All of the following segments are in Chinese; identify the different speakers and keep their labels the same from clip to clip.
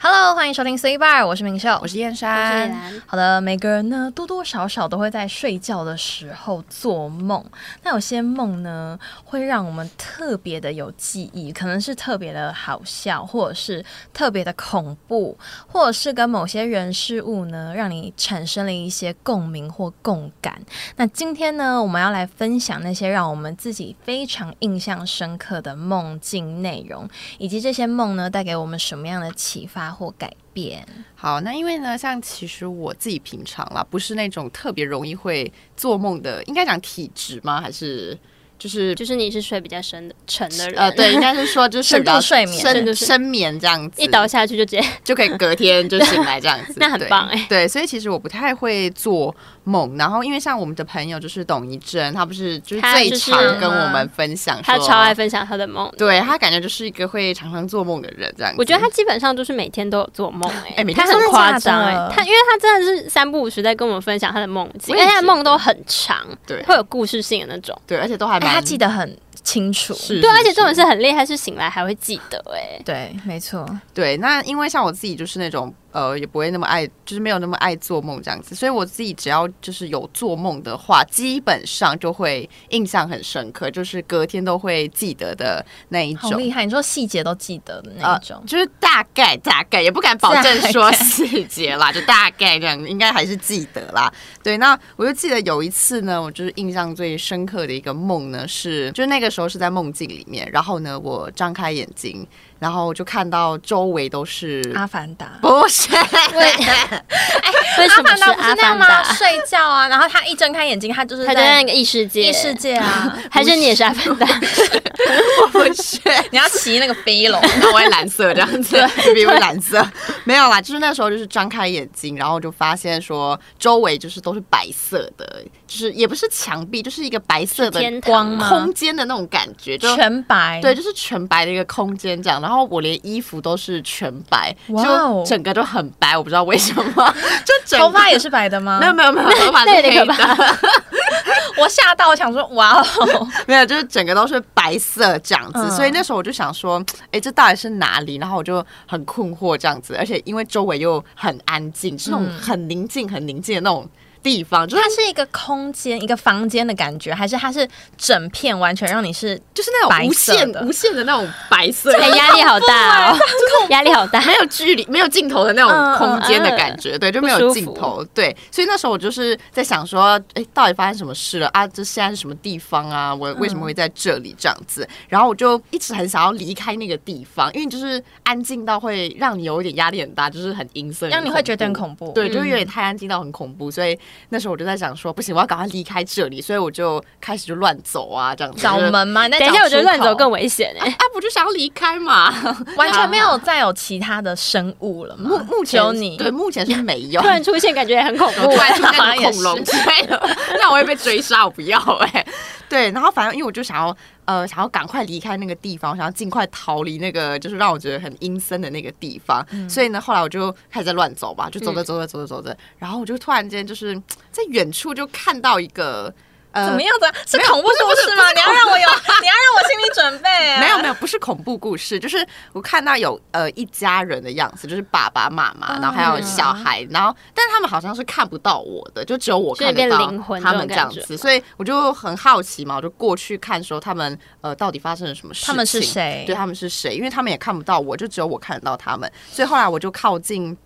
Speaker 1: Hello，欢迎收听 C Bar，我是明秀，
Speaker 2: 我是燕
Speaker 3: 我
Speaker 2: 山
Speaker 3: 是。兰
Speaker 1: 好的，每个人呢多多少少都会在睡觉的时候做梦，那有些梦呢会让我们特别的有记忆，可能是特别的好笑，或者是特别的恐怖，或者是跟某些人事物呢让你产生了一些共鸣或共感。那今天呢，我们要来分享那些让我们自己非常印象深刻的梦境内容，以及这些梦呢带给我们什么样的启发或改变。
Speaker 2: 好，那因为呢，像其实我自己平常啦，不是那种特别容易会做梦的，应该讲体质吗？还是就是
Speaker 3: 就是你是睡比较深的沉的人，
Speaker 2: 呃，对，应该是说就是
Speaker 1: 深度
Speaker 2: 比较
Speaker 1: 睡眠
Speaker 3: 深度
Speaker 2: 深
Speaker 3: 睡
Speaker 2: 深眠这样子，
Speaker 3: 一倒下去就直接，
Speaker 2: 就可以隔天就醒来这样子
Speaker 3: 那很
Speaker 2: 对
Speaker 3: 棒欸
Speaker 2: 对，所以其实我不太会做梦，然后因为像我们的朋友就是董一真，他不是就是
Speaker 3: 他
Speaker 2: 最
Speaker 3: 就是
Speaker 2: 常跟我们分享说，
Speaker 3: 他超爱分享他的梦。
Speaker 2: 对他感觉就是一个会常常做梦的人这样子。
Speaker 3: 我觉得他基本上就是每天都有做梦、欸，
Speaker 2: 哎每天
Speaker 3: 他
Speaker 1: 真
Speaker 3: 很
Speaker 1: 的
Speaker 3: 夸
Speaker 1: 假
Speaker 3: 张、欸，
Speaker 1: 的
Speaker 3: 他因为他真的是三不五时在跟我们分享他的梦境，
Speaker 2: 我
Speaker 3: 而
Speaker 2: 也
Speaker 3: 且他
Speaker 2: 觉
Speaker 3: 的梦都很长，
Speaker 2: 对
Speaker 3: 会有故事性的那种。
Speaker 2: 对，而且都还
Speaker 1: 哎、
Speaker 2: 蛮、
Speaker 1: 他记得很清楚，
Speaker 2: 是
Speaker 3: 对，而且
Speaker 2: 是
Speaker 3: 重点是很厉害，是醒来还会记得、欸，
Speaker 1: 对，没错，
Speaker 2: 对，那因为像我自己就是那种呃，也不会那么爱，就是没有那么爱做梦这样子，所以我自己只要就是有做梦的话，基本上就会印象很深刻，就是隔天都会记得的那一
Speaker 1: 好
Speaker 2: 种。呃
Speaker 1: 厉害！你说细节都记得的那一种，
Speaker 2: 就是大概大概，也不敢保证说
Speaker 1: 大概
Speaker 2: 细节啦，就大概这样，应该还是记得啦。对，那我就记得有一次呢，我就是印象最深刻的一个梦呢，是就是那个时候是在梦境里面，然后呢，我张开眼睛，然后就看到周围都是
Speaker 1: 阿凡达》。
Speaker 2: 不是，
Speaker 3: 为什么
Speaker 1: 凡
Speaker 3: 是
Speaker 1: 达不是
Speaker 3: 阿
Speaker 1: 那样
Speaker 3: 凡
Speaker 1: 吗？
Speaker 3: 达？
Speaker 1: 睡觉啊，然后他一睁开眼睛，他就是
Speaker 3: 他就在那个异世界，
Speaker 1: 异世，界 啊，
Speaker 3: 还是你也是阿凡达？
Speaker 2: 不是，
Speaker 1: 你要骑那个飞龙，
Speaker 2: 那我也蓝色这 样子，比如蓝色，没有啦，就是那时候就是张开眼睛，然后就发现说周围就是都是白色的，就是也不是墙壁，就是一个白色的
Speaker 3: 天堂
Speaker 1: 光吗
Speaker 2: 空间的那种感觉，就
Speaker 1: 全白，
Speaker 2: 对，，就是全白的一个空间这样。然后我连衣服都是全白，
Speaker 1: 哇哦
Speaker 2: 就整个都很白，我不知道为 什么，就整个
Speaker 1: 头发也。是白的吗
Speaker 2: 没？有没有没有，头发是
Speaker 3: 那有
Speaker 2: 黑
Speaker 3: 点可
Speaker 2: 的，
Speaker 3: 怕。
Speaker 1: 我吓到，我想说，哇 哦，
Speaker 2: 没有，就是整个都是白色这样子，
Speaker 1: 嗯
Speaker 2: 所以那时候我就想说，哎，这到底是哪里？然后我就很困惑这样子，而且因为周围又很安静，是那种很宁静、很宁静的那种地方，就是
Speaker 1: 它是一个空间，一个房间的感觉，还是它是整片完全让你是
Speaker 2: 就是那种
Speaker 1: 白
Speaker 2: 无
Speaker 1: 色
Speaker 2: 限
Speaker 1: 的
Speaker 2: 无限的那种白 色，
Speaker 3: 哎，压力好大哦，压力好大。
Speaker 2: 没有距离、没有尽头的那
Speaker 1: 嗯嗯哎
Speaker 2: 种空间的感觉，对，就没
Speaker 3: 不舒
Speaker 2: 有
Speaker 3: 服
Speaker 2: 尽头，对。所以那时候我就是在想说，哎，到底发生什么事了啊？这现在是什么地方啊？我为什么会在这里这样子？
Speaker 1: 嗯
Speaker 2: 然后我就一直很想要离开那个地方，因为就是安静到会让你有一点压力很大，就是很阴森，
Speaker 1: 让你会觉得很恐怖？嗯
Speaker 2: 对，就有点太安静到很恐怖，所以那时候我就在想说，不行，我要赶快离开这里，所以我就开始就乱走啊，这样子。
Speaker 1: 找
Speaker 2: 就是
Speaker 1: 门吗？你在
Speaker 3: 等一
Speaker 1: 找
Speaker 3: 下，我觉得
Speaker 1: 出
Speaker 3: 乱
Speaker 1: 口
Speaker 3: 走更危险哎。
Speaker 2: 啊，不就想要离开嘛？
Speaker 1: 完全没有再有其他的生物了吗？
Speaker 2: 目目前
Speaker 1: 只有你
Speaker 2: 对，目前是没有，
Speaker 3: 突然出现，感觉也很 恐怖
Speaker 2: 我。
Speaker 1: 然出
Speaker 2: 然出
Speaker 1: 现
Speaker 2: 那
Speaker 1: 个
Speaker 2: 个
Speaker 1: 恐
Speaker 2: 恐
Speaker 1: 龙
Speaker 2: 龙之类的，那我会被追杀，我不要哎、对，然后反正因为我就想要呃，想要赶快离开那个地方，想要尽快逃离那个就是让我觉得很阴森的那个地方，所以呢，后来我就开始在乱走吧，就走着走着走着走着，然后我就突然间就是嗯在远处就看到一个呃，
Speaker 1: 怎么样的？是恐怖故事吗？你要让我有， 你要让我心理准备啊。
Speaker 2: 没有没有，不是恐怖故事，就是我看到有呃一家人的样子，就是爸爸妈妈，
Speaker 1: 嗯
Speaker 2: 然后还有小孩，然后但他们好像是看不到我的，就只有我
Speaker 3: 所
Speaker 2: 看
Speaker 3: 以
Speaker 2: 得
Speaker 3: 变
Speaker 2: 到
Speaker 3: 灵魂
Speaker 2: 他
Speaker 3: 这
Speaker 2: 们
Speaker 3: 种
Speaker 2: 这
Speaker 3: 感
Speaker 2: 样
Speaker 3: 觉
Speaker 2: 子，所以我就很好奇嘛，我就过去看说他们呃到底发生了什么事情，
Speaker 1: 他们是谁啊
Speaker 2: 对他们是谁，因为他们也看不到我，就只有我看得到他们，所以后来我就靠近。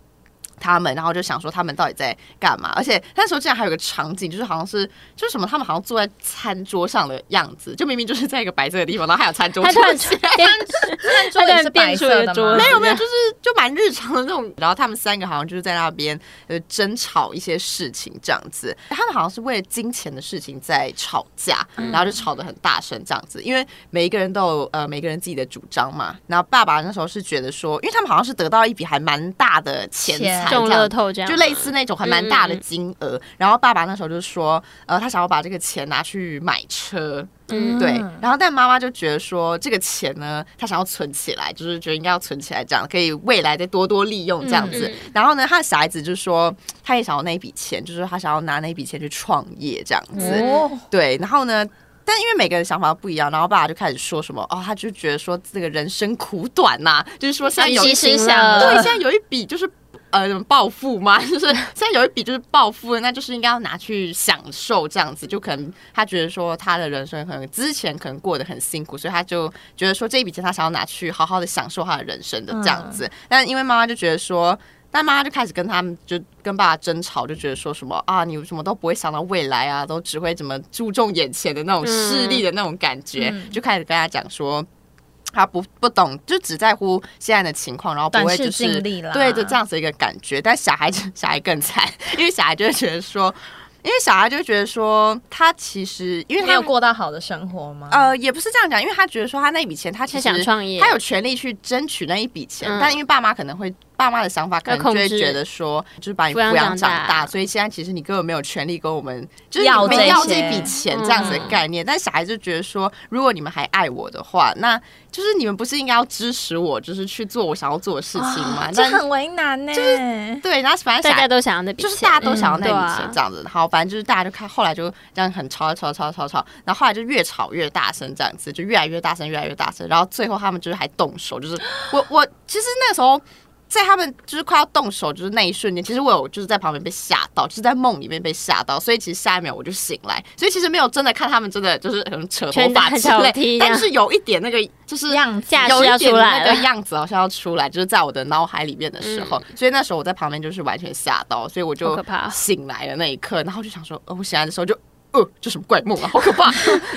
Speaker 2: 他们，然后就想说他们到底在干嘛？而且那时候竟然还有个场景，就是好像是就是什么，他们好像坐在餐桌上的样子，就明明就是在一个白色的地方，然后还有餐桌
Speaker 3: 他
Speaker 2: 出
Speaker 3: 突然
Speaker 2: 现
Speaker 3: 出现，
Speaker 1: 餐桌
Speaker 3: 它突
Speaker 1: 也
Speaker 3: 然
Speaker 1: 是
Speaker 3: 变
Speaker 1: 白
Speaker 3: 出
Speaker 1: 色
Speaker 3: 一
Speaker 1: 的吗？
Speaker 3: 个桌
Speaker 2: 没
Speaker 3: 子
Speaker 2: 有没有，就是就蛮日常的那种。 然后他们三个好像就是在那边呃争吵一些事情这样子，他们好像是为了金钱的事情在吵架，
Speaker 3: 嗯
Speaker 2: 然后就吵得很大声这样子。因为每一个人都有呃每个人自己的主张嘛。然后爸爸那时候是觉得说，因为他们好像是得到一笔还蛮大的钱
Speaker 1: 钱
Speaker 2: 财，
Speaker 3: 中乐透这样嗯
Speaker 2: 就
Speaker 3: 吗，
Speaker 2: 类似那种还蛮大的金额。然后爸爸那时候就说，呃，他想要把这个钱拿去买车，
Speaker 3: 嗯
Speaker 2: 对
Speaker 1: 嗯，
Speaker 2: 然后但妈妈就觉得说，这个钱呢，她想要存起来，就是觉得应该要存起来，这样可以未来再多多利用这样子。
Speaker 3: 嗯
Speaker 2: 然后呢，她的小孩子就说，他也想要那一笔钱，就是他想要拿那一笔钱去创业这样子。
Speaker 1: 哦，
Speaker 2: 对，然后呢，但因为每个人想法不一样，然后爸爸就开始说什么哦，他就觉得说这个人生苦短呐、就是说现在有一
Speaker 3: 及时
Speaker 1: 行
Speaker 3: 享
Speaker 1: 了
Speaker 2: 对，现在有一笔就是呃什么暴富嘛， 就是现在有一笔就是暴富，那就是应该要拿去享受这样子。就可能他觉得说他的人生可能之前可能过得很辛苦，所以他就觉得说这一笔钱他想要拿去好好的享受他的人生的这样子。但因为妈妈就觉得说。但妈妈就开始跟他们就跟爸爸争吵，就觉得说什么啊，你什么都不会想到未来啊，都只会怎么注重眼前的那种势力的那种感觉，
Speaker 1: 嗯
Speaker 2: 就开始跟他讲说，他不不懂，就只在乎现在的情况，然后不
Speaker 1: 短
Speaker 2: 会就
Speaker 1: 视
Speaker 2: 是
Speaker 1: 近利啦
Speaker 2: 对，就这样子一个感觉。但小孩子 小孩更惨，因为小孩就会觉得说，因为小孩就会觉得说，他其实因为
Speaker 1: 没
Speaker 2: 他
Speaker 1: 有过到好的生活吗？
Speaker 2: 呃，也不是这样讲，因为他觉得说他那一笔钱，他其
Speaker 3: 他
Speaker 2: 实
Speaker 3: 想创业
Speaker 2: 他有权利去争取那一笔钱，
Speaker 3: 嗯
Speaker 2: 但因为爸妈可能会。爸妈的想法可能
Speaker 3: 要
Speaker 2: 就
Speaker 3: 控
Speaker 2: 会
Speaker 3: 制
Speaker 2: 觉得说，就是把你
Speaker 3: 抚养
Speaker 2: 抚养
Speaker 3: 长大
Speaker 2: 长大，所以现在其实你根本没有权利跟我们就是
Speaker 1: 要
Speaker 2: 你们
Speaker 1: 这
Speaker 2: 要
Speaker 1: 些
Speaker 2: 这笔钱这样子的概念。但小孩就觉得说，如果你们还爱我的话，那就是你们不是应该要支持我，就是去做我想要做的事情吗
Speaker 1: 啊？这
Speaker 2: 但
Speaker 1: 很为难呢。就是
Speaker 2: 对，然后反正小
Speaker 3: 大
Speaker 2: 孩
Speaker 3: 家都想要那笔
Speaker 2: 就
Speaker 3: 钱，
Speaker 2: 是大家都想要那
Speaker 3: 嗯对
Speaker 2: 笔钱
Speaker 3: 啊
Speaker 2: 这样子，好，反正就是大家就看，后来就这样很吵吵吵吵吵，然后后来就越吵越大声，这样子就越来越大声，越来越大声，然后最后他们就是还动 手，就是我我其实那个时候。在他们就是快要动手，就是那一瞬间，其实我有就是在旁边被吓到，就是在梦里面被吓到，所以其实下一秒我就醒来，所以其实没有真的看他们真的就是很扯头发
Speaker 3: 拳打
Speaker 2: 之
Speaker 3: 脚踢
Speaker 2: 类，
Speaker 3: 这样
Speaker 2: 但是有一点那个就是
Speaker 1: 样子
Speaker 3: 架
Speaker 2: 有
Speaker 3: 势
Speaker 2: 一
Speaker 3: 要
Speaker 2: 点
Speaker 3: 出来
Speaker 2: 那个
Speaker 3: 了，
Speaker 2: 样子好像要出来，就是在我的脑海里面的时候，所以那时候我在旁边就是完全吓到，所以我
Speaker 3: 好
Speaker 2: 就
Speaker 3: 可怕
Speaker 2: 醒来的那一刻，然后就想说，哦，我醒来的时候就。呃，这什么怪梦啊，好可 怕！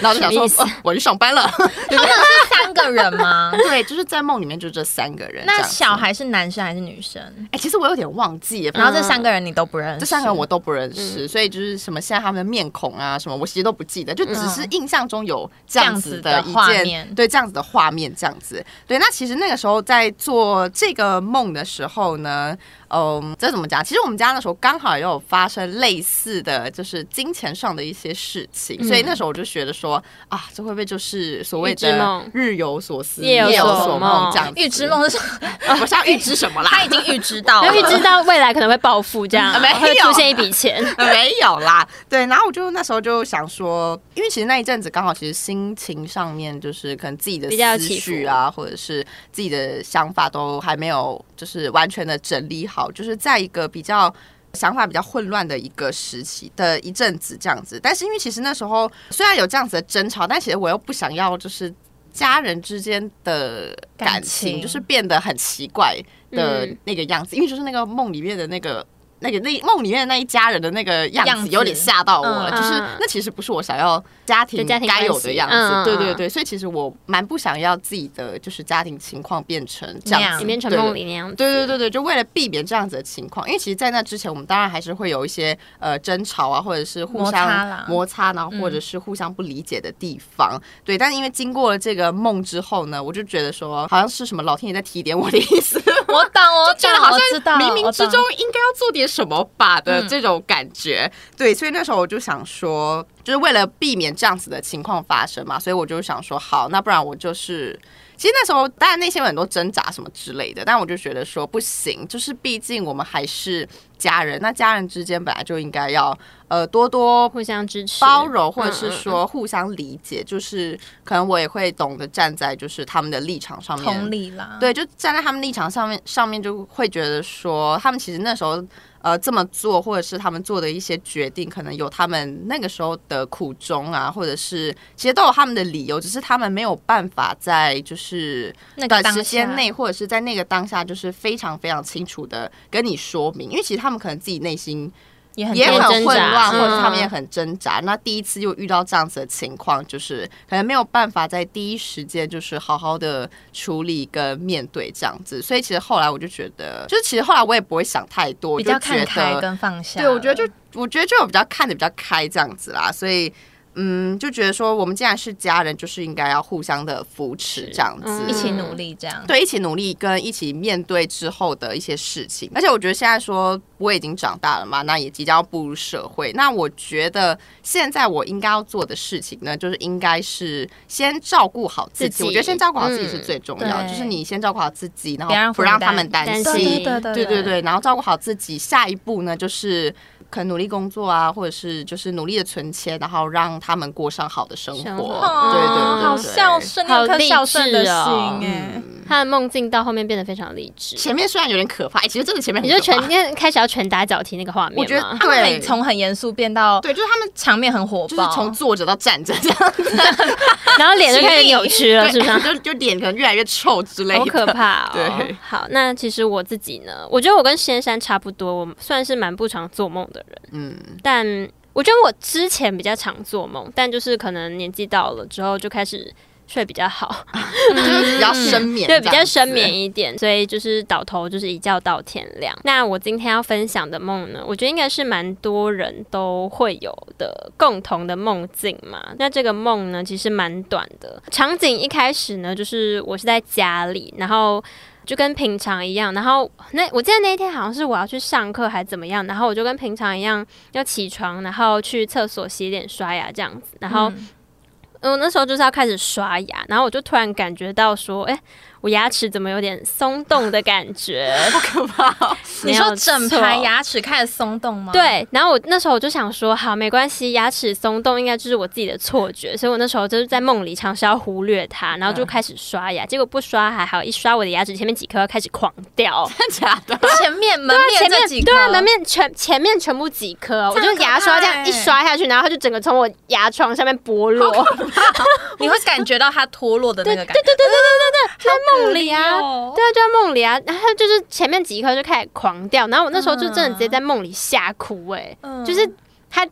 Speaker 2: 然后就
Speaker 3: 什么
Speaker 2: 想说
Speaker 3: 意思，
Speaker 2: 呃我去上班了。？
Speaker 1: 他们是三个人吗
Speaker 2: 对，就是在梦里面就这三个 人。这
Speaker 1: 那
Speaker 2: 样子
Speaker 1: 小，孩是男生还是女生？
Speaker 2: 哎，其实我有点忘记耶，反
Speaker 1: 然
Speaker 2: 正
Speaker 1: 后这三个人你都不认识？
Speaker 2: 这三个人我都不认
Speaker 1: 嗯
Speaker 2: 识，所以就是什么现在他们的面孔啊什么，我其实都不记得，就只是印象中有这样子的
Speaker 1: 嗯这样子的
Speaker 2: 一
Speaker 1: 画
Speaker 2: 件，
Speaker 1: 面
Speaker 2: 对这样子的画面，这样子。对，那其实那个时候在做这个梦的时候呢，嗯，这怎么讲？其实我们家那时候刚好也有发生类似的就是金钱上的一些事情，
Speaker 1: 嗯
Speaker 2: 所以那时候我就觉得说啊，这会不会就是所谓
Speaker 3: 预知
Speaker 2: 的
Speaker 3: 梦
Speaker 2: 日有所思，
Speaker 3: 夜有
Speaker 2: 有
Speaker 3: 所
Speaker 2: 所
Speaker 3: 梦
Speaker 2: 这样子？
Speaker 1: 预知，梦是什么
Speaker 2: 我是要预知什么啦？
Speaker 1: 他已经预知到
Speaker 3: 然
Speaker 1: 了，
Speaker 3: 后预知道未来可能会暴富，这样
Speaker 2: 啊没有
Speaker 3: 会出现一笔钱，
Speaker 2: 没有啦，对，然后我就那时候就想说，因为其实那一阵子刚好，其实心情上面就是可能自己的
Speaker 3: 比较有
Speaker 2: 思
Speaker 3: 起
Speaker 2: 绪啊，或者是自己的想法都还没有就是完全的整理好，就是在一个比较。想法比较混乱的一个时期的一阵子这样子，但是因为其实那时候虽然有这样子的争吵，但其实我又不想要就是家人之间的感
Speaker 1: 感情
Speaker 2: 就是变得很奇怪的
Speaker 3: 嗯
Speaker 2: 那个样子，因为就是那个梦里面的那个那个那梦里面的那一家人的那个样
Speaker 1: 样
Speaker 2: 子，
Speaker 1: 子
Speaker 2: 有点吓到我了。
Speaker 1: 嗯
Speaker 2: 就是
Speaker 3: 嗯
Speaker 2: 那其实不是我想要家庭
Speaker 3: 就家庭
Speaker 2: 该有
Speaker 3: 关系
Speaker 2: 的样子
Speaker 3: 嗯，
Speaker 2: 对
Speaker 3: 嗯
Speaker 2: 对
Speaker 3: 嗯
Speaker 2: 对。所以其实我蛮不想要自己的就是家庭情况变成这样
Speaker 1: 那
Speaker 2: 子，
Speaker 1: 样
Speaker 3: 里面成
Speaker 2: 对对
Speaker 3: 梦里那样子。
Speaker 2: 对对对对，就为了避免这样子的情况，因为其实，在那之前，我们当然还是会有一些呃争吵啊，或者是互
Speaker 1: 摩
Speaker 2: 相
Speaker 1: 擦啦
Speaker 2: 摩擦，然后或
Speaker 3: 嗯
Speaker 2: 者是互相不理解的地方。对，但是因为经过了这个梦之后呢，我就觉得说，好像是什么老天爷在提点我的意思，
Speaker 1: 我懂，我
Speaker 2: 觉
Speaker 1: 懂
Speaker 2: 得，好
Speaker 1: 我知道哦
Speaker 2: 像冥冥之中应该要做点什么吧的
Speaker 1: 嗯
Speaker 2: 这种感觉。对，所以那时候我就想说，就是为了避免这样子的情况发生嘛，所以我就想说，好，那不然我就是。其实那时候，当然内心有很多挣扎什么之类的，但我就觉得说不行，就是毕竟我们还是家人，那家人之间本来就应该要呃多多
Speaker 3: 互相支持，
Speaker 2: 包容，或者
Speaker 3: 嗯
Speaker 2: 是
Speaker 3: 嗯
Speaker 2: 说互相理解，就是可能我也会懂得站在就是他们的立场上面，
Speaker 1: 同理啦，，
Speaker 2: 对，就站在他们立场上面，上面就会觉得说，他们其实那时候呃这么做，或者是他们做的一些决定，可能有他们那个时候的苦衷啊，或者是其实都有他们的理由，只是他们没有办法在就是
Speaker 1: 那个
Speaker 2: 短
Speaker 1: 当
Speaker 2: 时间
Speaker 1: 下
Speaker 2: 内，或者是在那个当下，就是非常非常清楚的跟你说明，因为其实他们可能自己内心
Speaker 1: 也很
Speaker 2: 也
Speaker 1: 挣
Speaker 2: 很
Speaker 1: 扎
Speaker 2: 混乱，或
Speaker 3: 嗯
Speaker 2: 者是他们也很挣扎。那第一次又遇到这样子的情况，就是可能没有办法在第一时间就是好好的处理跟面对这样子。所以其实后来我就觉得，就是其实后来我也不会想太多，我
Speaker 1: 比
Speaker 2: 就
Speaker 1: 较
Speaker 2: 觉
Speaker 1: 看开
Speaker 2: 得，
Speaker 1: 跟嗯放下。
Speaker 2: 对我觉得就我觉得就有比较看的比较开这样子啦，所以。嗯，就觉得说我们既然是家人，就是应该要互相的扶持这样子，
Speaker 3: 嗯
Speaker 1: 一起努力这样。
Speaker 2: 对，一起努力跟一起面对之后的一些事情。而且我觉得现在说我已经长大了嘛，那也即将要步入社会。那我觉得现在我应该要做的事情呢，就是应该是先照顾好自己。
Speaker 3: 自己
Speaker 2: 我觉得先照顾好自己是最重要，
Speaker 1: 嗯对
Speaker 2: 就是你先照顾好自己，然
Speaker 1: 别让
Speaker 2: 后
Speaker 1: 他
Speaker 2: 不让
Speaker 1: 们
Speaker 2: 他们
Speaker 1: 担
Speaker 2: 担
Speaker 3: 心
Speaker 2: 心。
Speaker 1: 对对
Speaker 2: 对对对，然后照顾好自己，下一步呢就是可能努力工作啊，或者是就是努力的存钱，然后让他们过上好的生活。
Speaker 3: 生活
Speaker 1: 哦
Speaker 2: 对对对对，
Speaker 1: 好孝顺，你有
Speaker 3: 好
Speaker 1: 颗
Speaker 3: 励
Speaker 1: 孝顺的
Speaker 3: 志
Speaker 1: 心
Speaker 3: 哦
Speaker 1: 哎。
Speaker 3: 他的梦境到后面变得非常励志。
Speaker 2: 前面虽然有点可怕，哎其实真的前面很
Speaker 3: 你就
Speaker 2: 可怕
Speaker 3: 全天开始要拳打脚踢那个画面吗，
Speaker 2: 我觉得
Speaker 1: 他们很
Speaker 2: 对，
Speaker 1: 从很严肃变到
Speaker 2: 对，就是他们
Speaker 1: 场面很火
Speaker 2: 就
Speaker 1: 爆，
Speaker 2: 是从坐着到站着 这样，
Speaker 3: 然后脸就开始扭曲 了，啊是不是？
Speaker 2: 对就就脸可能越来越臭之类的。
Speaker 3: 好可怕哦！
Speaker 2: 对
Speaker 3: 好，那其实我自己呢，我觉得我跟仙山差不多，我算是蛮不常做梦的人，
Speaker 2: 嗯，
Speaker 3: 但我觉得我之前比较常做梦，但就是可能年纪到了之后就开始睡比较好，
Speaker 2: 就是比较深眠
Speaker 3: 嗯对，
Speaker 2: 这样
Speaker 3: 比
Speaker 2: 子，
Speaker 3: 较深眠一点，所以就是倒头就是一觉到天亮。那我今天要分享的梦呢，我觉得应该是蛮多人都会有的共同的梦境嘛。那这个梦呢，其实蛮短的，场景一开始呢，就是我是在家里，然后。就跟平常一样，然后那我记得那一天好像是我要去上课还怎么样，然后我就跟平常一样要起床，然后去厕所洗脸刷牙这样子，然后
Speaker 1: 嗯
Speaker 3: 我那时候就是要开始刷牙，然后我就突然感觉到说，哎、我牙齿怎么有点松动的感 觉？
Speaker 2: 好可怕哦。
Speaker 1: 你
Speaker 3: 没
Speaker 1: 说
Speaker 3: 有
Speaker 1: 整排
Speaker 3: 错
Speaker 1: 牙齿开始松动吗？，
Speaker 3: 对，然后我那时候我就想说，好，没关系，牙齿松动应该就是我自己的错觉，所以我那时候就是在梦里尝试要忽略
Speaker 1: 嗯
Speaker 3: 它，然后就开始刷牙，结果不刷还好，一刷我的牙齿前面几颗开始狂掉，
Speaker 2: 真的 假的？
Speaker 1: 哦前面门面
Speaker 3: 前
Speaker 1: 这几
Speaker 3: 面
Speaker 1: 颗
Speaker 3: 对啊，门面全前面全部几颗哦，我
Speaker 1: 这样很
Speaker 3: 就
Speaker 1: 可
Speaker 3: 牙刷这
Speaker 1: 怕
Speaker 3: 样一
Speaker 1: 欸
Speaker 3: 刷下去，然后它就整个从我牙床上面剥落，
Speaker 1: 哦 你会感觉到它脱落的那个感觉，
Speaker 3: 对对对对对对，在梦里
Speaker 1: 好
Speaker 3: 啊
Speaker 1: 可怜哦，
Speaker 3: 对啊，就在梦里啊，然后就是前面几颗就开始狂掉，然后我那时候就真的直接在梦里吓哭、欸，
Speaker 1: 嗯
Speaker 3: 就是它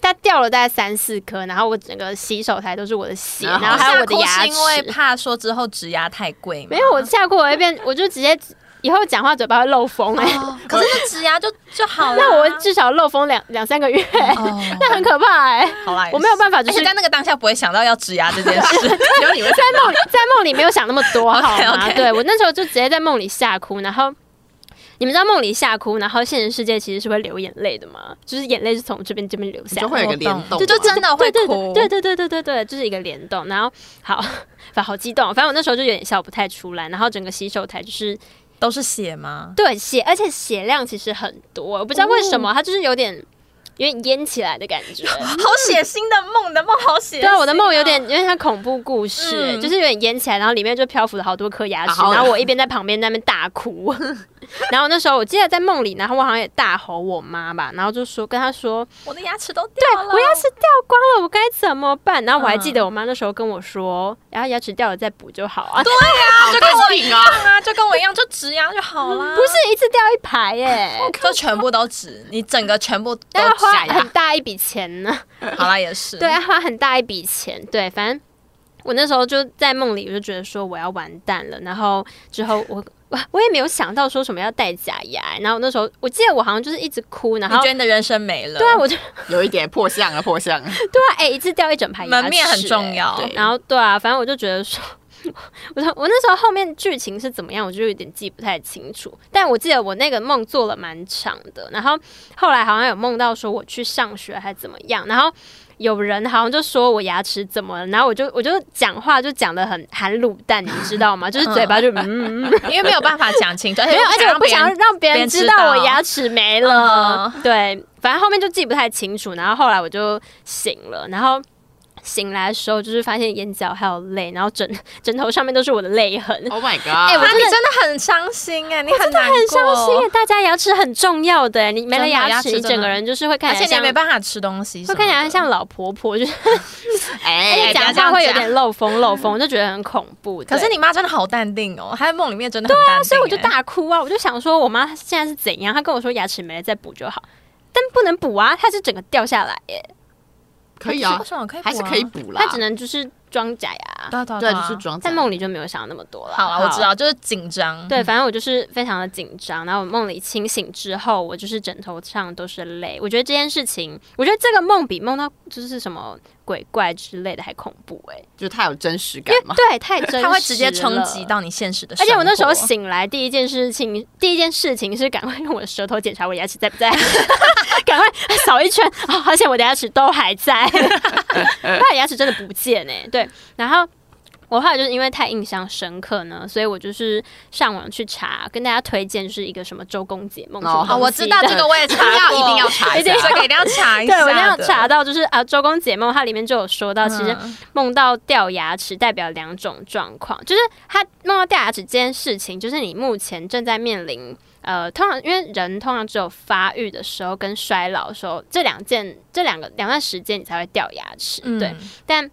Speaker 3: 它掉了大概三四颗，然后我整个洗手台都是我的血，
Speaker 2: 然后
Speaker 3: 然后还有我
Speaker 1: 吓
Speaker 3: 的
Speaker 1: 哭
Speaker 3: 牙
Speaker 1: 是因为
Speaker 3: 齿，
Speaker 1: 怕说之后植牙太贵吗？
Speaker 3: 没有我吓哭，我会变，我就直接以后讲话嘴巴会漏风、欸，哎、
Speaker 1: 哦，可是那植牙就就好了。
Speaker 3: 那我至少漏风两两三个月，
Speaker 1: 哦，
Speaker 3: 那很可怕哎、
Speaker 1: 好啦，
Speaker 3: 我没有办法，就
Speaker 1: 而
Speaker 3: 是
Speaker 1: 且在那个当下不会想到要植牙这件事。
Speaker 2: 哎只有你会
Speaker 3: 在梦里，在梦里没有想那么 多，好
Speaker 1: OK，OK
Speaker 3: 吗？对我那时候就直接在梦里吓哭，然后。你们知道梦里吓哭，然后现实世界其实是会流眼泪的吗？就是眼泪是从这边这边流下来，
Speaker 2: 就会有一个联动
Speaker 1: 我懂， 就真的会哭。
Speaker 3: 对对对对对对，就是一个联动。然后好， 反正好激动哦，反正我那时候就有点笑不太出来。然后整个洗手台就是
Speaker 1: 都是血吗？
Speaker 3: 对血，而且血量其实很多，我不知道为什么，它就是有点有点淹起来的感觉。
Speaker 1: 好血腥的梦，你的梦好血腥。
Speaker 3: 嗯对啊，我的梦有点有点像恐怖故事、
Speaker 1: 嗯
Speaker 3: 就是有点淹起来，然后里面就漂浮了好多颗牙齿，
Speaker 2: 好恶
Speaker 3: 然后我一边在旁边在那边大哭， 然后那时候我记得在梦里，然后我好像也大吼我妈吧，然后就说跟她说
Speaker 1: 我的牙齿都掉了。
Speaker 3: 我牙齿掉光了，我该怎么办？然后我还记得我妈那时候跟我说，然后牙齿掉了再补就好啊，不
Speaker 2: 好淡定啊！
Speaker 1: 啊，就跟我一样，就植牙就好 啦。
Speaker 3: 是一次掉一排耶、
Speaker 1: 就全部都植，你整个全部都
Speaker 3: 但要花
Speaker 1: 假牙
Speaker 3: 很。大一笔钱呢。
Speaker 1: 好啦，也是。
Speaker 3: 对，要啊花很大一笔钱。对，反正我那时候就在梦里，我就觉得说我要完蛋了。然后之后我 我我也没有想到说什么要戴假牙。然后那时候我记得我好像就是一直哭，然
Speaker 1: 你
Speaker 3: 后
Speaker 1: 觉得你的人生没了？
Speaker 3: 对啊，我就
Speaker 2: 有一点破相了，破相了。
Speaker 3: 对啊，哎、一次掉一整排牙齿、
Speaker 1: 门面很重
Speaker 3: 哎。
Speaker 1: 要。
Speaker 2: 对
Speaker 3: 然后对啊，反正我就觉得说。我说我那时候后面剧情是怎么样，我就有点记不太清楚。但我记得我那个梦做了蛮长的，然后后来好像有梦到说我去上学还怎么样，然后有人好像就说我牙齿怎么了，然后我就我就讲话就讲的很含卤蛋，你们知道吗？就是嘴巴就嗯，嗯嗯
Speaker 1: 因为没有办法讲清楚，而且
Speaker 3: 没有，而且我
Speaker 1: 让
Speaker 3: 不
Speaker 1: 别
Speaker 3: 想
Speaker 1: 人
Speaker 3: 让别
Speaker 1: 别
Speaker 3: 人
Speaker 1: 人
Speaker 3: 知
Speaker 1: 知
Speaker 3: 道我
Speaker 1: 道
Speaker 3: 牙齿没了。
Speaker 1: 嗯
Speaker 3: 对，反正后面就记不太清楚，然后后来我就醒了，然后。醒来的时候，就是发现眼角还有泪，然后枕枕头上面都是我的泪痕，
Speaker 2: Oh my
Speaker 3: 哎我
Speaker 2: god！
Speaker 1: 啊，你真的很伤心哎，你很难
Speaker 3: 很伤心耶
Speaker 1: 过，。
Speaker 3: 大家牙齿很重要的耶，你没了
Speaker 1: 真的
Speaker 3: 牙
Speaker 1: 牙
Speaker 3: 齿，
Speaker 1: 齿真
Speaker 3: 你
Speaker 1: 的
Speaker 3: 整个人就是会看
Speaker 1: 而
Speaker 3: 起来
Speaker 1: 且你也
Speaker 3: 像，
Speaker 1: 没办法吃东西什么的，
Speaker 3: 会看起来像老婆婆，就是
Speaker 2: 哎，
Speaker 3: 讲
Speaker 1: 这样
Speaker 3: 话会有
Speaker 1: 讲
Speaker 3: 点漏风漏风，我就觉得很恐怖。
Speaker 1: 可是
Speaker 3: 对啊
Speaker 1: 你妈真的好淡定哦，她在梦里面真的很淡定、哎
Speaker 3: 所以我就，大哭啊！我就想说，我妈现在是怎样？她跟我说牙齿没了再补就好，但不能补啊，她是整个掉下来耶，
Speaker 2: 可以啊
Speaker 1: 为，什么可以、啊？
Speaker 2: 还是可以，补啦
Speaker 3: 她。只能就是装假牙。
Speaker 1: 对啊对啊
Speaker 2: 对，
Speaker 1: 啊
Speaker 2: 就是装
Speaker 3: 在
Speaker 2: 在
Speaker 3: 梦里就没有想那么多了。
Speaker 1: 好啊了，我知。道，就是紧张。
Speaker 3: 对，，反正我就是非常的紧张，然后我梦里清醒之后，我就是枕头上都是泪。我觉得这件事情，我觉得这个梦比梦到就是什么鬼怪之类的还恐怖哎、
Speaker 2: 就它有真实
Speaker 3: 因
Speaker 2: 感
Speaker 3: 为
Speaker 2: 嘛。
Speaker 3: 对太真实，
Speaker 1: 她会直接冲击。到你现实的
Speaker 3: 而
Speaker 1: 生活。
Speaker 3: 且我那时候醒来，第一件事情，第一件事情是赶快用我的舌头检查我牙齿在不在， 赶快扫一圈，哦， 欸发现我的牙齿都还在，那牙齿真的不见哎、对，然后。我后来就是因为太印象深刻呢，所以我就是上网去查，跟大家推荐是一个什么周公解梦什么东
Speaker 2: 哦
Speaker 3: 西的、
Speaker 1: 哦，我知道这个我也 查
Speaker 2: 要
Speaker 1: 过，
Speaker 2: 一定要查一下
Speaker 1: 定这个一定要查一下
Speaker 3: 对，
Speaker 1: 的。
Speaker 3: 我那样查到就是啊，《周公解梦》它里面就有说到，其实
Speaker 1: 嗯
Speaker 3: 梦到掉牙齿代表两种状况，就是他梦到掉牙齿这件事情，就是你目前正在面临呃，通常因为人通常只有发育的时候跟衰老的时候这两件这两个两段时间你才会掉牙齿，对，
Speaker 1: 嗯
Speaker 3: 但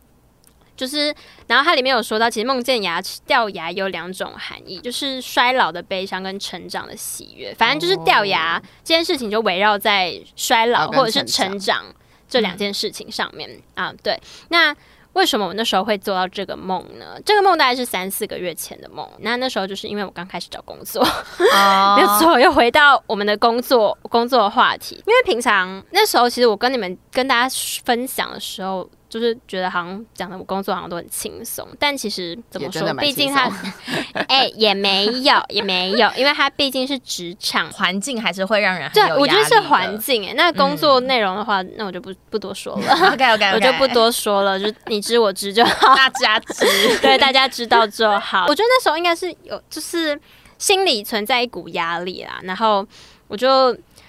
Speaker 3: 就是，然后它里面有说到，其实梦见牙齿掉牙有两种含义，就是衰老的悲伤跟成长的喜悦。反正就是掉牙、这件事情就围绕在衰
Speaker 2: 哦
Speaker 3: 老
Speaker 2: 跟
Speaker 3: 或者是
Speaker 2: 成
Speaker 3: 成长这两件事情上面、啊。对，那为什么我那时候会做到这个梦呢？这个梦大概是三四个月前的梦。那那时候就是因为我刚开始找工作，嗯
Speaker 1: 哦
Speaker 3: 没有错，又回到我们的工作 工作话题。因为平常那时候，其实我跟你们跟大家分享的时候，就是觉得好像讲的我工作好像都很轻松，但其实怎
Speaker 2: 也
Speaker 3: 么
Speaker 2: 真
Speaker 3: 说
Speaker 2: 的，蛮
Speaker 3: 毕竟
Speaker 2: 轻
Speaker 3: 他
Speaker 2: 松
Speaker 3: 哎、也没有 也没有，因为他毕竟是职场。
Speaker 1: 环境还是会让人很
Speaker 3: 对，
Speaker 1: 有
Speaker 3: 我觉得
Speaker 1: 压
Speaker 3: 是
Speaker 1: 力
Speaker 3: 环
Speaker 1: 的。
Speaker 3: 境哎、那工作内容的话，那我就不不多说 了，
Speaker 1: OK OK，
Speaker 3: 我就不多说了，就是你知我知就 好。
Speaker 1: 大家知。
Speaker 3: 对，大家知道就好。我觉得那时候应该是有，就是心里存在一股压力啦。然后我就，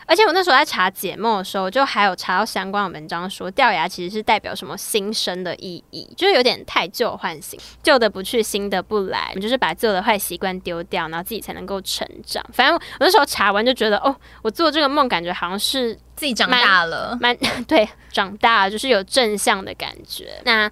Speaker 3: 而且我那时候在查解梦的时候，就还有查到相关的文章说，掉牙其实是代表什么新生的意义，就是有点太旧换新，旧的不去，新的不来，我们就是把旧的坏习惯丢掉，然后自己才能够成长。反正我那时候查完就觉得，哦，我做这个梦感觉好像是
Speaker 1: 自己长大了，
Speaker 3: 蛮 对，长大了就是有正向的感觉。那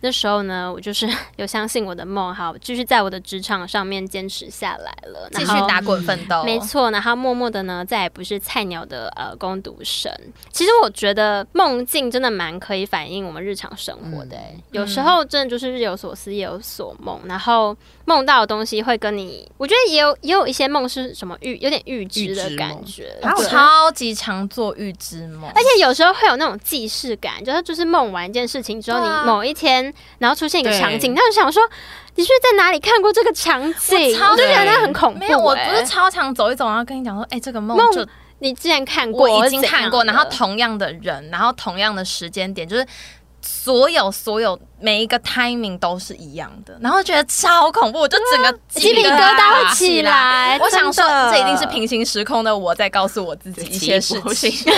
Speaker 3: 那时候呢，我就是有相信我的梦，好，继续在我的职场上面坚持下来了，
Speaker 1: 继续
Speaker 3: 然后
Speaker 1: 打滚奋斗。
Speaker 3: 没错，然后默默的呢，再也不是菜鸟的呃攻读生。其实我觉得梦境真的蛮可以反映我们日常生
Speaker 2: 嗯
Speaker 3: 活的欸、有时候真的就是日有所思，夜有所梦，然后梦到的东西会跟你，我觉得也有也有一些梦是什么预有点预知的
Speaker 2: 知
Speaker 3: 感
Speaker 2: 梦
Speaker 3: 觉，
Speaker 1: 我
Speaker 3: 对
Speaker 1: 超级常做预知梦，
Speaker 3: 而且有时候会有那种既视感，就是就是梦完一件事情之后，
Speaker 1: 对啊
Speaker 3: 你某一天然后出现一个
Speaker 2: 对
Speaker 3: 场景，那就想说你是不是在哪里看过这个场景？
Speaker 1: 超
Speaker 3: 我就觉得
Speaker 2: 对
Speaker 3: 那很恐怖、
Speaker 1: 没有，我
Speaker 3: 欸
Speaker 1: 不是超常走一走，然后跟你讲说，哎、这个梦
Speaker 3: 梦
Speaker 1: 就
Speaker 3: 你之前看过，
Speaker 1: 我已经看过，
Speaker 3: 或者
Speaker 1: 然后
Speaker 3: 怎样
Speaker 1: 同样的人，然后同样的时间点，就是所有所有每一个 timing 都是一样的，然后觉得超恐怖，我就整个
Speaker 3: 啊的鸡皮疙瘩会起来。
Speaker 1: 我想说
Speaker 3: 真的，
Speaker 1: 这一定是平行时空的我在告诉我自己一些事情。
Speaker 2: 奇
Speaker 1: 金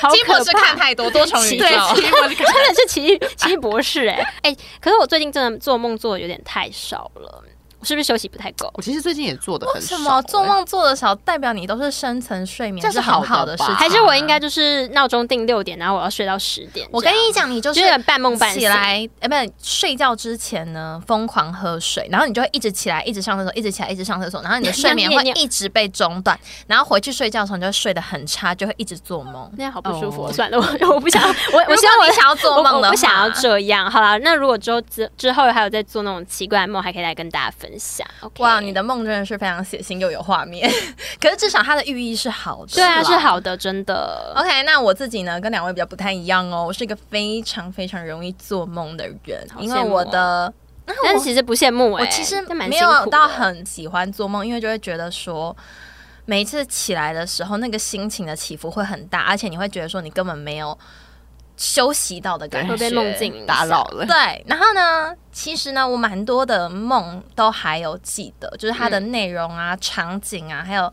Speaker 3: 好可
Speaker 1: 博
Speaker 3: 怕
Speaker 1: 士看太多多重宇宙
Speaker 3: 对，， 真的是奇异奇异博士哎、哎、可是我最近真的做梦做的有点太少了，我是不是休息不太够？
Speaker 2: 我其实最近也做的
Speaker 1: 为
Speaker 2: 很少、
Speaker 1: 什么做
Speaker 2: 欸
Speaker 1: 梦做的少，代表你都是深层睡眠，
Speaker 2: 这是
Speaker 1: 是很
Speaker 2: 好
Speaker 1: 好
Speaker 2: 的
Speaker 1: 的事
Speaker 2: 吧
Speaker 1: 情？啊
Speaker 3: 还是我应该就是闹钟定六点，然后我要睡到十点这样？
Speaker 1: 我跟你讲，你就是
Speaker 3: 就有点半梦半醒
Speaker 1: 起。来，哎，不，睡觉之前呢，疯狂喝水，然后你就会一直起来，一直上厕所，一直起来，一直上厕所，然后你的睡眠
Speaker 3: 尿
Speaker 1: 会
Speaker 3: 尿
Speaker 1: 一直被中断，然后回去睡觉的时候，你就会睡得很差，就会一直做梦。
Speaker 3: 那样好不舒服，
Speaker 2: 哦
Speaker 3: 算了，我我不想，我我
Speaker 1: 如
Speaker 3: 希望
Speaker 1: 果
Speaker 3: 我
Speaker 1: 你想要做梦
Speaker 3: 我，
Speaker 1: 的话，
Speaker 3: 我不想要这样。好啦，那如果之后之之后还有在做那种奇怪的梦，还可以来跟大家分享。OK
Speaker 1: 哇，你的梦真的是非常血腥又有画面， 可是至少它的寓意是好的。
Speaker 3: 对啊，
Speaker 1: 啦
Speaker 3: 是。好的，真的。
Speaker 1: OK，那我自己呢，跟两位比较不太一样哦，我是一个非常非常容易做梦的人，
Speaker 3: 好
Speaker 1: 因
Speaker 3: 羡
Speaker 1: 为
Speaker 3: 慕
Speaker 1: 我
Speaker 3: 哦
Speaker 1: 的
Speaker 3: 但其实不羡慕哎、
Speaker 1: 哦我其实
Speaker 3: 这蛮
Speaker 1: 没
Speaker 3: 辛苦
Speaker 1: 有
Speaker 3: 的
Speaker 1: 到很喜欢做梦，因为就会觉得说，每一次起来的时候，那个心情的起伏会很大，而且你会觉得说你根本没有休息到的感觉，
Speaker 3: 会被梦境。影
Speaker 2: 打
Speaker 3: 响
Speaker 2: 扰。了，
Speaker 1: 对，然后呢，其实呢，我蛮多的梦都还有记得，就是它
Speaker 3: 嗯
Speaker 1: 的内容啊、场景啊，还有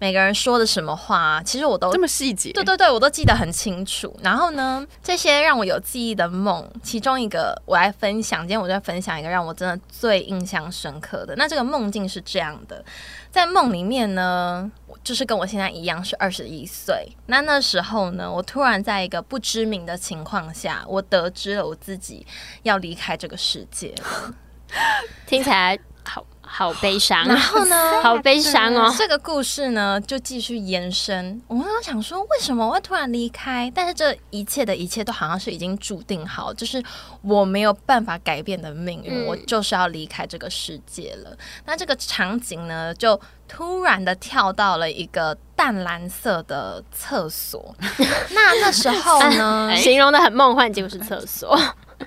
Speaker 1: 每个人说的什么话、啊，其实我都
Speaker 2: 这么细节，
Speaker 1: 对对对，我都记得很清楚。然后呢，这些让我有记忆的梦，其中一个我来分享。今天我就分享一个让我真的最印象深刻的。那这个梦境是这样的，在梦里面呢，我就是跟我现在一样是二十一岁。那那时候呢，我突然在一个不知名的情况下，我得知了我自己要离开这个世界。
Speaker 3: 听起来好好悲伤，
Speaker 1: 然后呢，
Speaker 3: 好悲伤哦。
Speaker 1: 这个故事呢，就继续延伸。我刚刚想说，为什么我会突然离开？但是这一切的一切都好像是已经注定好，就是我没有办法改变的命运，
Speaker 3: 嗯
Speaker 1: 我就是要离开这个世界了。那这个场景呢，就突然的跳到了一个淡蓝色的厕 所。那那时候呢，
Speaker 3: 形容的很梦幻，结果是厕 所，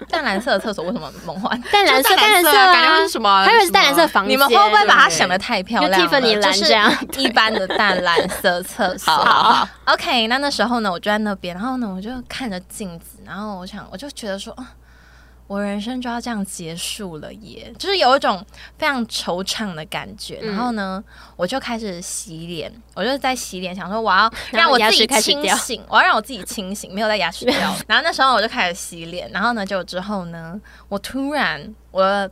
Speaker 1: 淡蓝色的厕所为什么很梦幻？
Speaker 3: 淡蓝色，
Speaker 2: 就淡
Speaker 3: 蓝
Speaker 2: 蓝
Speaker 3: 色
Speaker 2: 色啊
Speaker 3: 啊，
Speaker 2: 感觉会是什么
Speaker 3: 还以为是淡蓝色房间。啊
Speaker 1: 你们会不会把它
Speaker 2: 对
Speaker 1: 想的太漂亮了？
Speaker 3: 就 Tiffany 蓝
Speaker 1: 就是
Speaker 3: 这样
Speaker 1: 一般的淡蓝色厕所。
Speaker 3: 啊
Speaker 2: 好好好
Speaker 1: OK，那那时候呢，我就在那边，然后呢，我就看着镜子，然后我想，我就觉得说，啊，我人生就要这样结束了耶，就是有一种非常惆怅的感觉。
Speaker 3: 嗯
Speaker 1: 然后呢，我就开始洗脸，我就在洗脸，想说我要
Speaker 3: 然
Speaker 1: 让
Speaker 3: 后
Speaker 1: 我
Speaker 3: 牙
Speaker 1: 自
Speaker 3: 齿
Speaker 1: 己
Speaker 3: 开始
Speaker 1: 清
Speaker 3: 掉
Speaker 1: 醒，我要让我自己清醒，没有在牙齿掉。 然后那时候我就开始洗脸，然后呢，就之后呢，我突然我。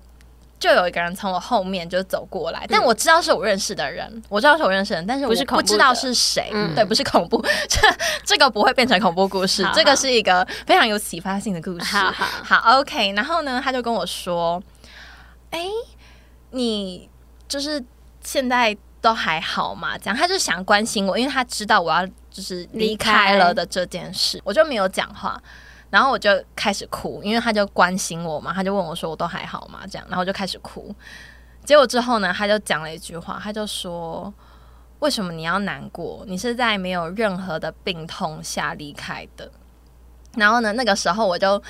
Speaker 1: 就有一个人从我后面就走过来，但我知道是我认识的人，我知道是我认识的人，但是我
Speaker 3: 嗯不是恐
Speaker 1: 不
Speaker 3: 怖
Speaker 1: 知道
Speaker 3: 的
Speaker 1: 是谁，
Speaker 3: 嗯
Speaker 1: 对，不是恐怖， 这这个不会变成恐怖故事
Speaker 3: 好，
Speaker 1: 这个
Speaker 3: 好
Speaker 1: 是一个非常有启发性的故事。
Speaker 3: 好好，
Speaker 1: 好，OK。然后呢，他就跟我说：“哎、你就是现在都还好嘛？”这样，他就想关心我，因为他知道我要就是离开了的这件事，我就没有讲话。然后我就开始哭，因为他就关心我嘛，他就问我说：“我都还好嘛？”这样，然后我就开始哭。结果之后呢，他就讲了一句话，他就说：“为什么你要难过？你是在没有任何的病痛下离开的。”然后呢，那个时候我就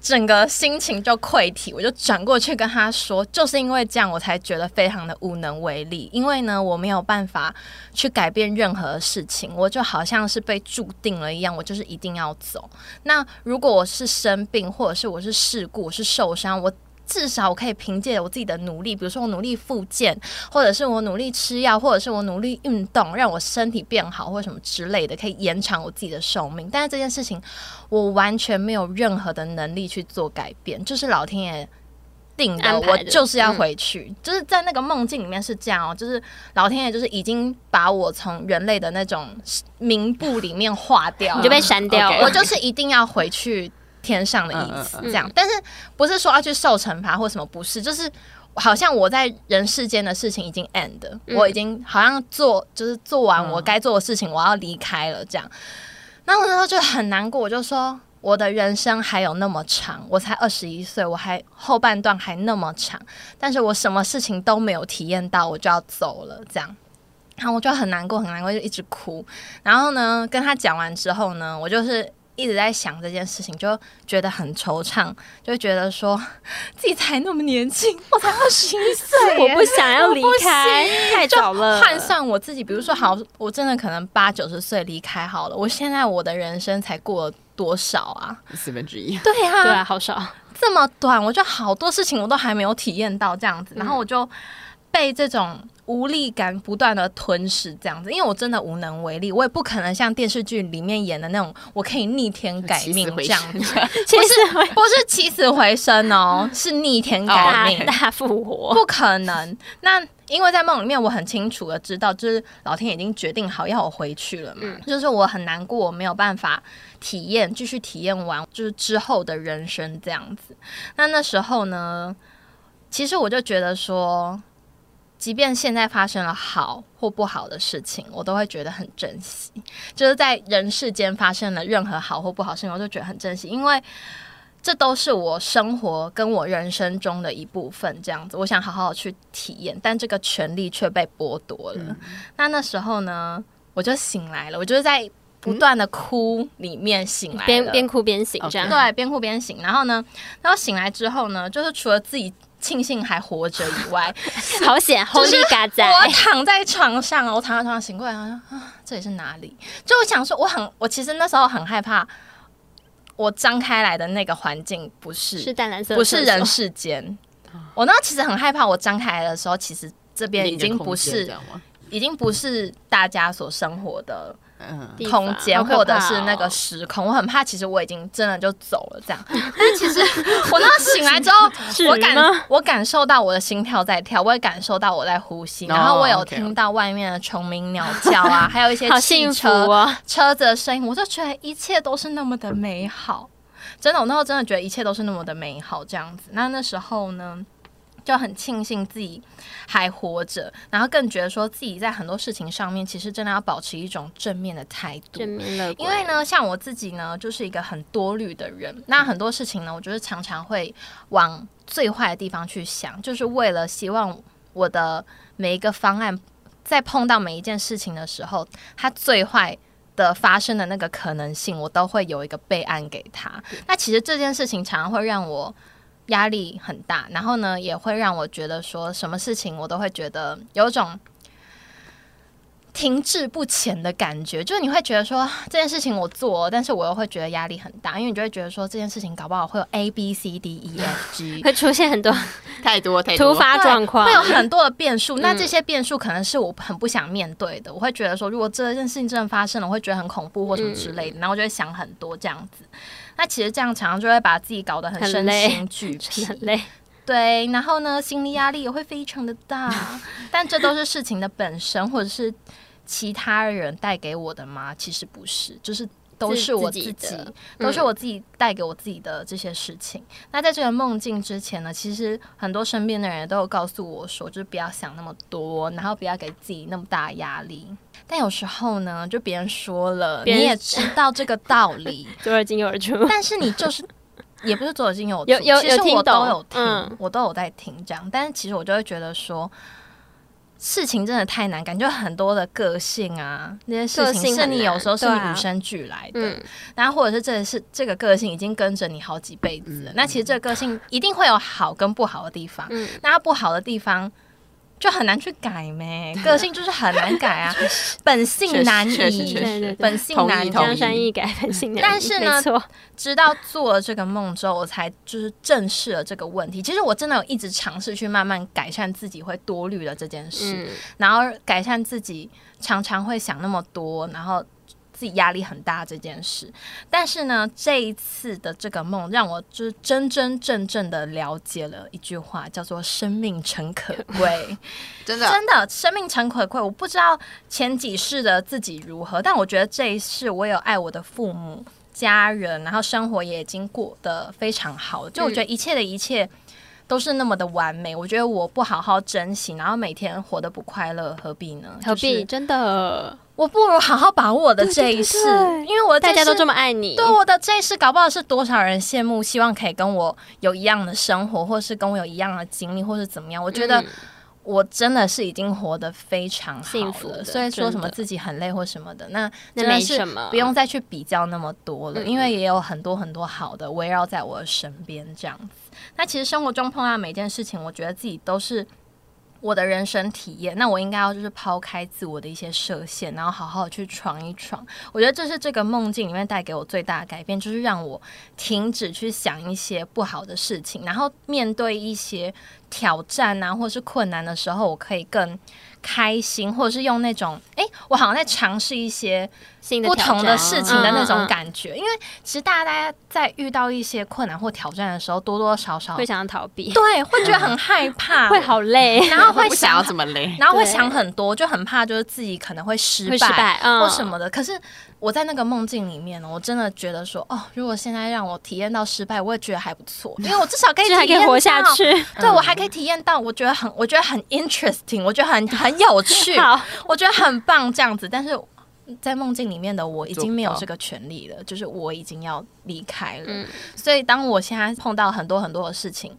Speaker 1: 整个心情就溃体，我就转过去跟他说，就是因为这样，我才觉得非常的无能为力，因为呢，我没有办法去改变任何事情，我就好像是被注定了一样，我就是一定要走。那如果我是生病，或者是我是事故，我是受伤，我。至少我可以凭借我自己的努力，比如说我努力复健，或者是我努力吃药，或者是我努力运动，让我身体变好，或什么之类的，可以延长我自己的寿命。但是这件事情我完全没有任何的能力去做改变，就是老天爷定的，
Speaker 3: 安排的
Speaker 1: 我就是要回去。就是在那个梦境里面是这样哦，就是老天爷就是已经把我从人类的那种名簿里面划掉，
Speaker 3: 你就被删掉
Speaker 2: OK
Speaker 1: 哦
Speaker 3: 了。
Speaker 1: 我就是一定要回去天上的一次
Speaker 2: 嗯嗯
Speaker 1: 这样，但是不是说要去受惩罚或什么，不是，就是好像我在人世间的事情已经 end，了、
Speaker 3: 嗯
Speaker 1: 我已经好像做就是做完
Speaker 2: 嗯
Speaker 1: 我该做的事情，我要离开了这样。那我那时候就很难过，我就说我的人生还有那么长，我才二十一岁，我还后半段还那么长，但是我什么事情都没有体验到，我就要走了这样。然后我就很难过，很难过，就一直哭。然后呢，跟他讲完之后呢，我就是一直在想这件事情，就觉得很惆怅，就会觉得说自己才那么年轻，我才二十一 岁
Speaker 3: 我
Speaker 1: 耶，
Speaker 3: 不想要离开，太早了。
Speaker 1: 换算我自己，比如说好，我真的可能八九十岁离开好了，我现在我的人生才过了多少啊？
Speaker 2: 四分 之一，
Speaker 1: 对啊，
Speaker 3: 对啊，好少。
Speaker 1: 这么短，我就好多事情我都还没有体验到这样
Speaker 2: 嗯
Speaker 1: 子，然后我就被这种无力感不断的吞噬这样子，因为我真的无能为力，我也不可能像电视剧里面演的那种，我可以逆天改
Speaker 2: 起死
Speaker 1: 命
Speaker 2: 回
Speaker 1: 这样
Speaker 2: 生
Speaker 1: 子，
Speaker 3: 其实
Speaker 1: 不是哦起死回生哦，是逆天改
Speaker 2: 哦
Speaker 3: 大
Speaker 1: 命。
Speaker 3: 大复活，
Speaker 1: 不可能。那因为在梦里面，我很清楚的知道，就是老天已经决定好要我回去了嘛。
Speaker 3: 嗯
Speaker 1: 就是我很难过，我没有办法体验，继续体验完就是之后的人生这样子。那那时候呢，其实我就觉得说，即便现在发生了好或不好的事情，我都会觉得很珍惜。就是在人世间发生了任何好或不好事情，我都觉得很珍惜，因为这都是我生活跟我人生中的一部分。这样子，我想好好去体验，但这个权利却被剥夺了。那那时候呢，我就醒来了，我就是在不断的哭里面醒来了，
Speaker 3: 边边哭边醒这样。
Speaker 1: 对，边哭边醒。然后呢，然后醒来之后呢，就是除了自己庆幸还活着以外，
Speaker 3: 好险，Holy 嘎仔，
Speaker 1: 我躺在床上，我躺在床上醒过来，然后说啊，这里是哪里？就我想说，我很，我其实那时候很害怕，我张开来的那个环境不是
Speaker 3: 是淡蓝色的
Speaker 1: 不
Speaker 3: 厕所，啊
Speaker 1: 是人世间。我那时候其实很害怕，我张开来的时候，其实这 边已经不
Speaker 2: 这
Speaker 1: 是，
Speaker 2: 样吗？
Speaker 1: 已经不是大家所生活的
Speaker 2: 嗯，
Speaker 3: 地方
Speaker 1: 空间，
Speaker 3: 好可怕
Speaker 1: 或者是那个
Speaker 3: 哦
Speaker 1: 时空。我很怕，其实我已经真的就走了这样。但其实我那醒来之后，
Speaker 3: 至
Speaker 1: 我
Speaker 3: 于
Speaker 1: 感
Speaker 3: 吗
Speaker 1: 我感受到我的心跳在跳，我也感受到我在呼吸，
Speaker 2: 哦
Speaker 1: 然后我有
Speaker 2: OK，OK
Speaker 1: 听到外面的虫鸣鸟叫 啊，还有一些
Speaker 3: 好
Speaker 1: 汽
Speaker 3: 幸福
Speaker 1: 车、
Speaker 3: 哦！
Speaker 1: 车子的声音，我就觉得一切都是那么的美好。真的，我那时候真的觉得一切都是那么的美好，这样子。那那时候呢，就很庆幸自己还活着，然后更觉得说自己在很多事情上面，其实真的要保持一种正面的态度
Speaker 3: 正。面乐
Speaker 1: 因
Speaker 3: 观，
Speaker 1: 为呢，像我自己呢，就是一个很多虑的人。那很多事情呢，我就是常常会往最坏的地方去想，就是为了希望我的每一个方案，在碰到每一件事情的时候，它最坏。的发生的那个可能性，我都会有一个备案给他。那其实这件事情常常会让我压力很大，然后呢，也会让我觉得说什么事情我都会觉得有种停滞不前的感觉，就是你会觉得说这件事情我做了，但是我又会觉得压力很大，因为你就会觉得说这件事情搞不好会有 A B C D E F G，
Speaker 3: 会出现 很多
Speaker 2: 太多太
Speaker 3: 突
Speaker 2: 多。
Speaker 3: 发
Speaker 1: 对
Speaker 3: 状况
Speaker 1: 会，有很多的变数。那
Speaker 3: 嗯
Speaker 1: 这些变数可能是我很不想面对的，我会觉得说，如果这件事情真的发生了，我会觉得很恐怖或什么之
Speaker 3: 嗯
Speaker 1: 类的，然后我就会想很多这样子。那其实这样常常就会把自己搞得很
Speaker 3: 很
Speaker 1: 身
Speaker 3: 累
Speaker 1: 心俱疲，
Speaker 3: 很累。
Speaker 1: 对，然后呢，心理压力也会非常的大，但这都是事情的本身，或者是其他人带给我的吗？其实不是，就是都
Speaker 3: 自
Speaker 1: 是我
Speaker 3: 自
Speaker 1: 自
Speaker 3: 己
Speaker 1: 己，
Speaker 3: 的嗯
Speaker 1: 都是我自己带给我自己的这些事情。那在这个梦境之前呢，其实很多身边的人也都有告诉我说，就是不要想那么多，然后不要给自己那么大的压力。但有时候呢，就别人说了，你
Speaker 3: 别人
Speaker 1: 也知道这个道理，
Speaker 3: 左耳进右耳出，
Speaker 1: 但是你就是也不是左耳进右耳出，
Speaker 3: 有有
Speaker 1: 其实
Speaker 3: 有听
Speaker 1: 我
Speaker 3: 懂
Speaker 1: 都有听，
Speaker 3: 嗯
Speaker 1: 我都有在听这样，但是其实我就会觉得说。事情真的太难，感觉很多的个性啊，那些事
Speaker 3: 个
Speaker 1: 情
Speaker 3: 性
Speaker 1: 是
Speaker 3: 很
Speaker 1: 你有时候是
Speaker 3: 难
Speaker 1: 你
Speaker 3: 对啊
Speaker 1: 与生俱来的，
Speaker 3: 嗯，
Speaker 1: 然后或者是这是这个个性已经跟着你好几辈子了。那其实这个个性一定会有好跟不好的地方，
Speaker 3: 嗯
Speaker 1: 那它不好的地方就很难去改咩，
Speaker 3: 啊
Speaker 1: 个性就是很难改 啊，本性难
Speaker 2: 确实确实确
Speaker 1: 移，
Speaker 3: 对对对，
Speaker 1: 本性
Speaker 2: 同意
Speaker 1: 难移。
Speaker 2: 同
Speaker 3: 江
Speaker 2: 意
Speaker 3: 山易改，本性难移。
Speaker 1: 但是呢
Speaker 3: 没错，
Speaker 1: 直到做了这个梦之后，我才就是正视了这个问题。其实我真的有一直尝试去慢慢改善自己会多虑的这件事，
Speaker 3: 嗯，
Speaker 1: 然后改善自己常常会想那么多，然后自己压力很大这件事。但是呢，这一次的这个梦让我就是真真正正的了解了一句话，叫做“生命诚可贵”。
Speaker 2: 真的，
Speaker 1: 真的，生命诚可贵。我不知道前几世的自己如何，但我觉得这一世我有爱我的父母、家人，然后生活也已经过得非常好。就我觉得一切的一切都是那么的完美。我觉得我不好好珍惜，然后每天活得不快乐，何必呢？
Speaker 3: 何
Speaker 1: 就
Speaker 3: 必
Speaker 1: 是
Speaker 3: 真的？
Speaker 1: 我不如好好把握我的这一世，
Speaker 3: 对对对
Speaker 1: 因为我的这
Speaker 3: 大
Speaker 1: 一世
Speaker 3: 家都这么爱你，
Speaker 1: 对我的这一世，搞不好是多少人羡慕，希望可以跟我有一样的生活，或是跟我有一样的经历，或是怎么样。我觉得
Speaker 3: 嗯
Speaker 1: 我真的是已经活得非常好了
Speaker 3: 幸福的
Speaker 1: 所以说什么
Speaker 3: 真的
Speaker 1: 自己很累或什么的，那
Speaker 3: 那
Speaker 1: 真的
Speaker 3: 没
Speaker 1: 是
Speaker 3: 什么
Speaker 1: 不用再去比较那么多了，
Speaker 3: 嗯
Speaker 1: 因为也有很多很多好的围绕在我的身边这样子。那其实生活中碰到每件事情，我觉得自己都是。我的人生体验，那我应该要就是抛开自我的一些设限，然后好好去闯一闯。我觉得这是这个梦境里面带给我最大的改变，就是让我停止去想一些不好的事情，然后面对一些挑战啊，或是困难的时候，我可以更开心，或者是用那种诶，我好像在尝试一些
Speaker 3: 新的
Speaker 1: 不
Speaker 3: 挑
Speaker 1: 同
Speaker 3: 战
Speaker 1: 的事情的那种，
Speaker 3: 嗯嗯
Speaker 1: 感觉。因为其实大家在遇到一些困难或挑战的时候，多多少
Speaker 3: 嗯
Speaker 1: 少
Speaker 3: 会想要逃避，
Speaker 1: 对会觉得很害怕，
Speaker 3: 会，好累，
Speaker 1: 然后
Speaker 2: 会
Speaker 1: 会
Speaker 2: 不想要
Speaker 1: 很
Speaker 2: 这么累，
Speaker 1: 然后会
Speaker 3: 对
Speaker 1: 想很多，就很怕就是自己可能会失
Speaker 3: 会
Speaker 1: 败
Speaker 3: 失败，嗯，
Speaker 1: 或什么的。可是我在那个梦境里面呢，我真的觉得说，哦，如果现在让我体验到失败，我也觉得还不 错，因为我至少可以
Speaker 3: 就还
Speaker 1: 体
Speaker 3: 可以
Speaker 1: 验
Speaker 3: 活下
Speaker 1: 到。嗯
Speaker 3: 去。，
Speaker 1: 对，我还可以体验到，我觉得很，我觉得很 interesting，我觉得很很有趣
Speaker 3: 好，
Speaker 1: 我觉得很棒这样子。但是在梦境里面的我已
Speaker 2: 做
Speaker 1: 经
Speaker 2: 不
Speaker 1: 没有
Speaker 2: 到
Speaker 1: 这个权利了，就是我已经要离开了。
Speaker 3: 嗯
Speaker 1: 所以当我现在碰到很多很多的事情，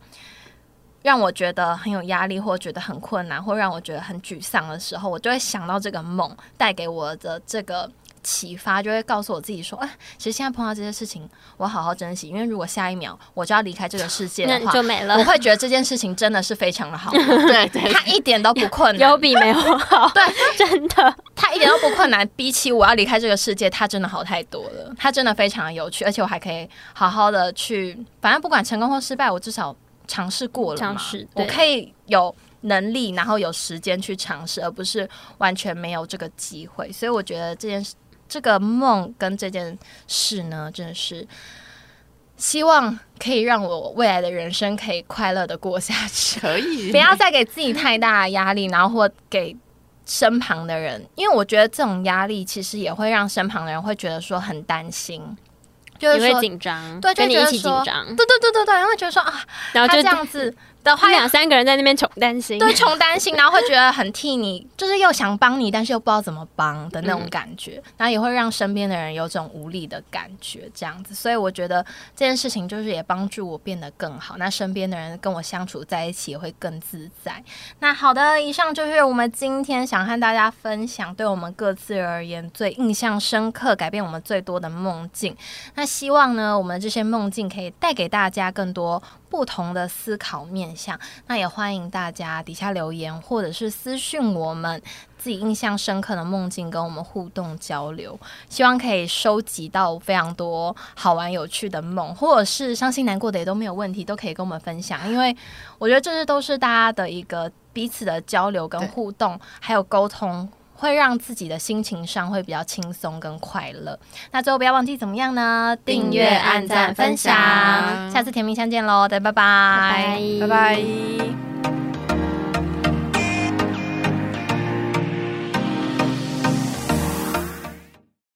Speaker 1: 让我觉得很有压力，或觉得很困难，或让我觉得很沮丧的时候，我就会想到这个梦带给我的这个。启发就会告诉我自己说，哎、其实现在碰到这些事情，我好好珍惜，因为如果下一秒我就要离开这个世界
Speaker 3: 那
Speaker 1: 的
Speaker 3: 你
Speaker 1: 话
Speaker 3: 就，没了
Speaker 1: 我，会觉得这件事情真的是非常的好玩，
Speaker 2: 对对，
Speaker 1: 它一点都不困难，
Speaker 3: 有比没有好，
Speaker 1: 对，
Speaker 3: 真的。
Speaker 1: 它一点都不困难。比起我要离开这个世界，它真的好太多了。它真的非常有趣，而且我还可以好好的去，反正不管成功或失败，我至少尝试过了嘛。
Speaker 3: 尝试
Speaker 1: 我
Speaker 3: 对
Speaker 1: 可以有能力，然后有时间去尝试，而不是完全没有这个机会。所以我觉得这件事这个梦跟这件事呢，真的是。希望可以让我未来的人生可以快乐的过下去。
Speaker 2: 可以，
Speaker 1: 不要再给自己太大的压力，然后或给身旁的人，因为我觉得这种压力其实也会让身旁的人会觉得说很担心，就是
Speaker 3: 你会
Speaker 1: 说，对
Speaker 3: 紧张，
Speaker 1: 对就
Speaker 3: 跟你
Speaker 1: 觉
Speaker 3: 一
Speaker 1: 得
Speaker 3: 起紧
Speaker 1: 说
Speaker 3: 张，
Speaker 1: 对对对对，然后会觉得说啊，
Speaker 3: 然
Speaker 1: 他
Speaker 3: 后就
Speaker 1: 这样子的话
Speaker 3: 他，两三个人在那边穷担心，
Speaker 1: 对，穷担心，然后会觉得很替你，就是又想帮你，但是又不知道怎么帮的那种感觉，然后也会让身边的人有种无力的感觉，这样子。所以我觉得这件事情就是也帮助我变得更好，那身边的人跟我相处在一起也会更自在。那好的，以上就是我们今天想和大家分享，对我们各自而言最印象深刻、改变我们最多的梦境。那希望呢，我们这些梦境可以带给大家更多不同的思考面象。那也欢迎大家底下留言或者是私讯我们自己印象深刻的梦境，跟我们互动交流。希望可以收集到非常多好玩有趣的梦，或者是伤心难过的也都没有问题，都可以跟我们分享。因为我觉得这是都是大家的一个彼此的交流跟
Speaker 2: 对
Speaker 1: 互动，还有沟通。会让自己的心情上会比较轻松跟快乐。那最后不要忘记怎么样呢？订阅、按赞、分享，下次甜蜜相见喽，大家拜拜
Speaker 3: 拜
Speaker 2: 拜拜。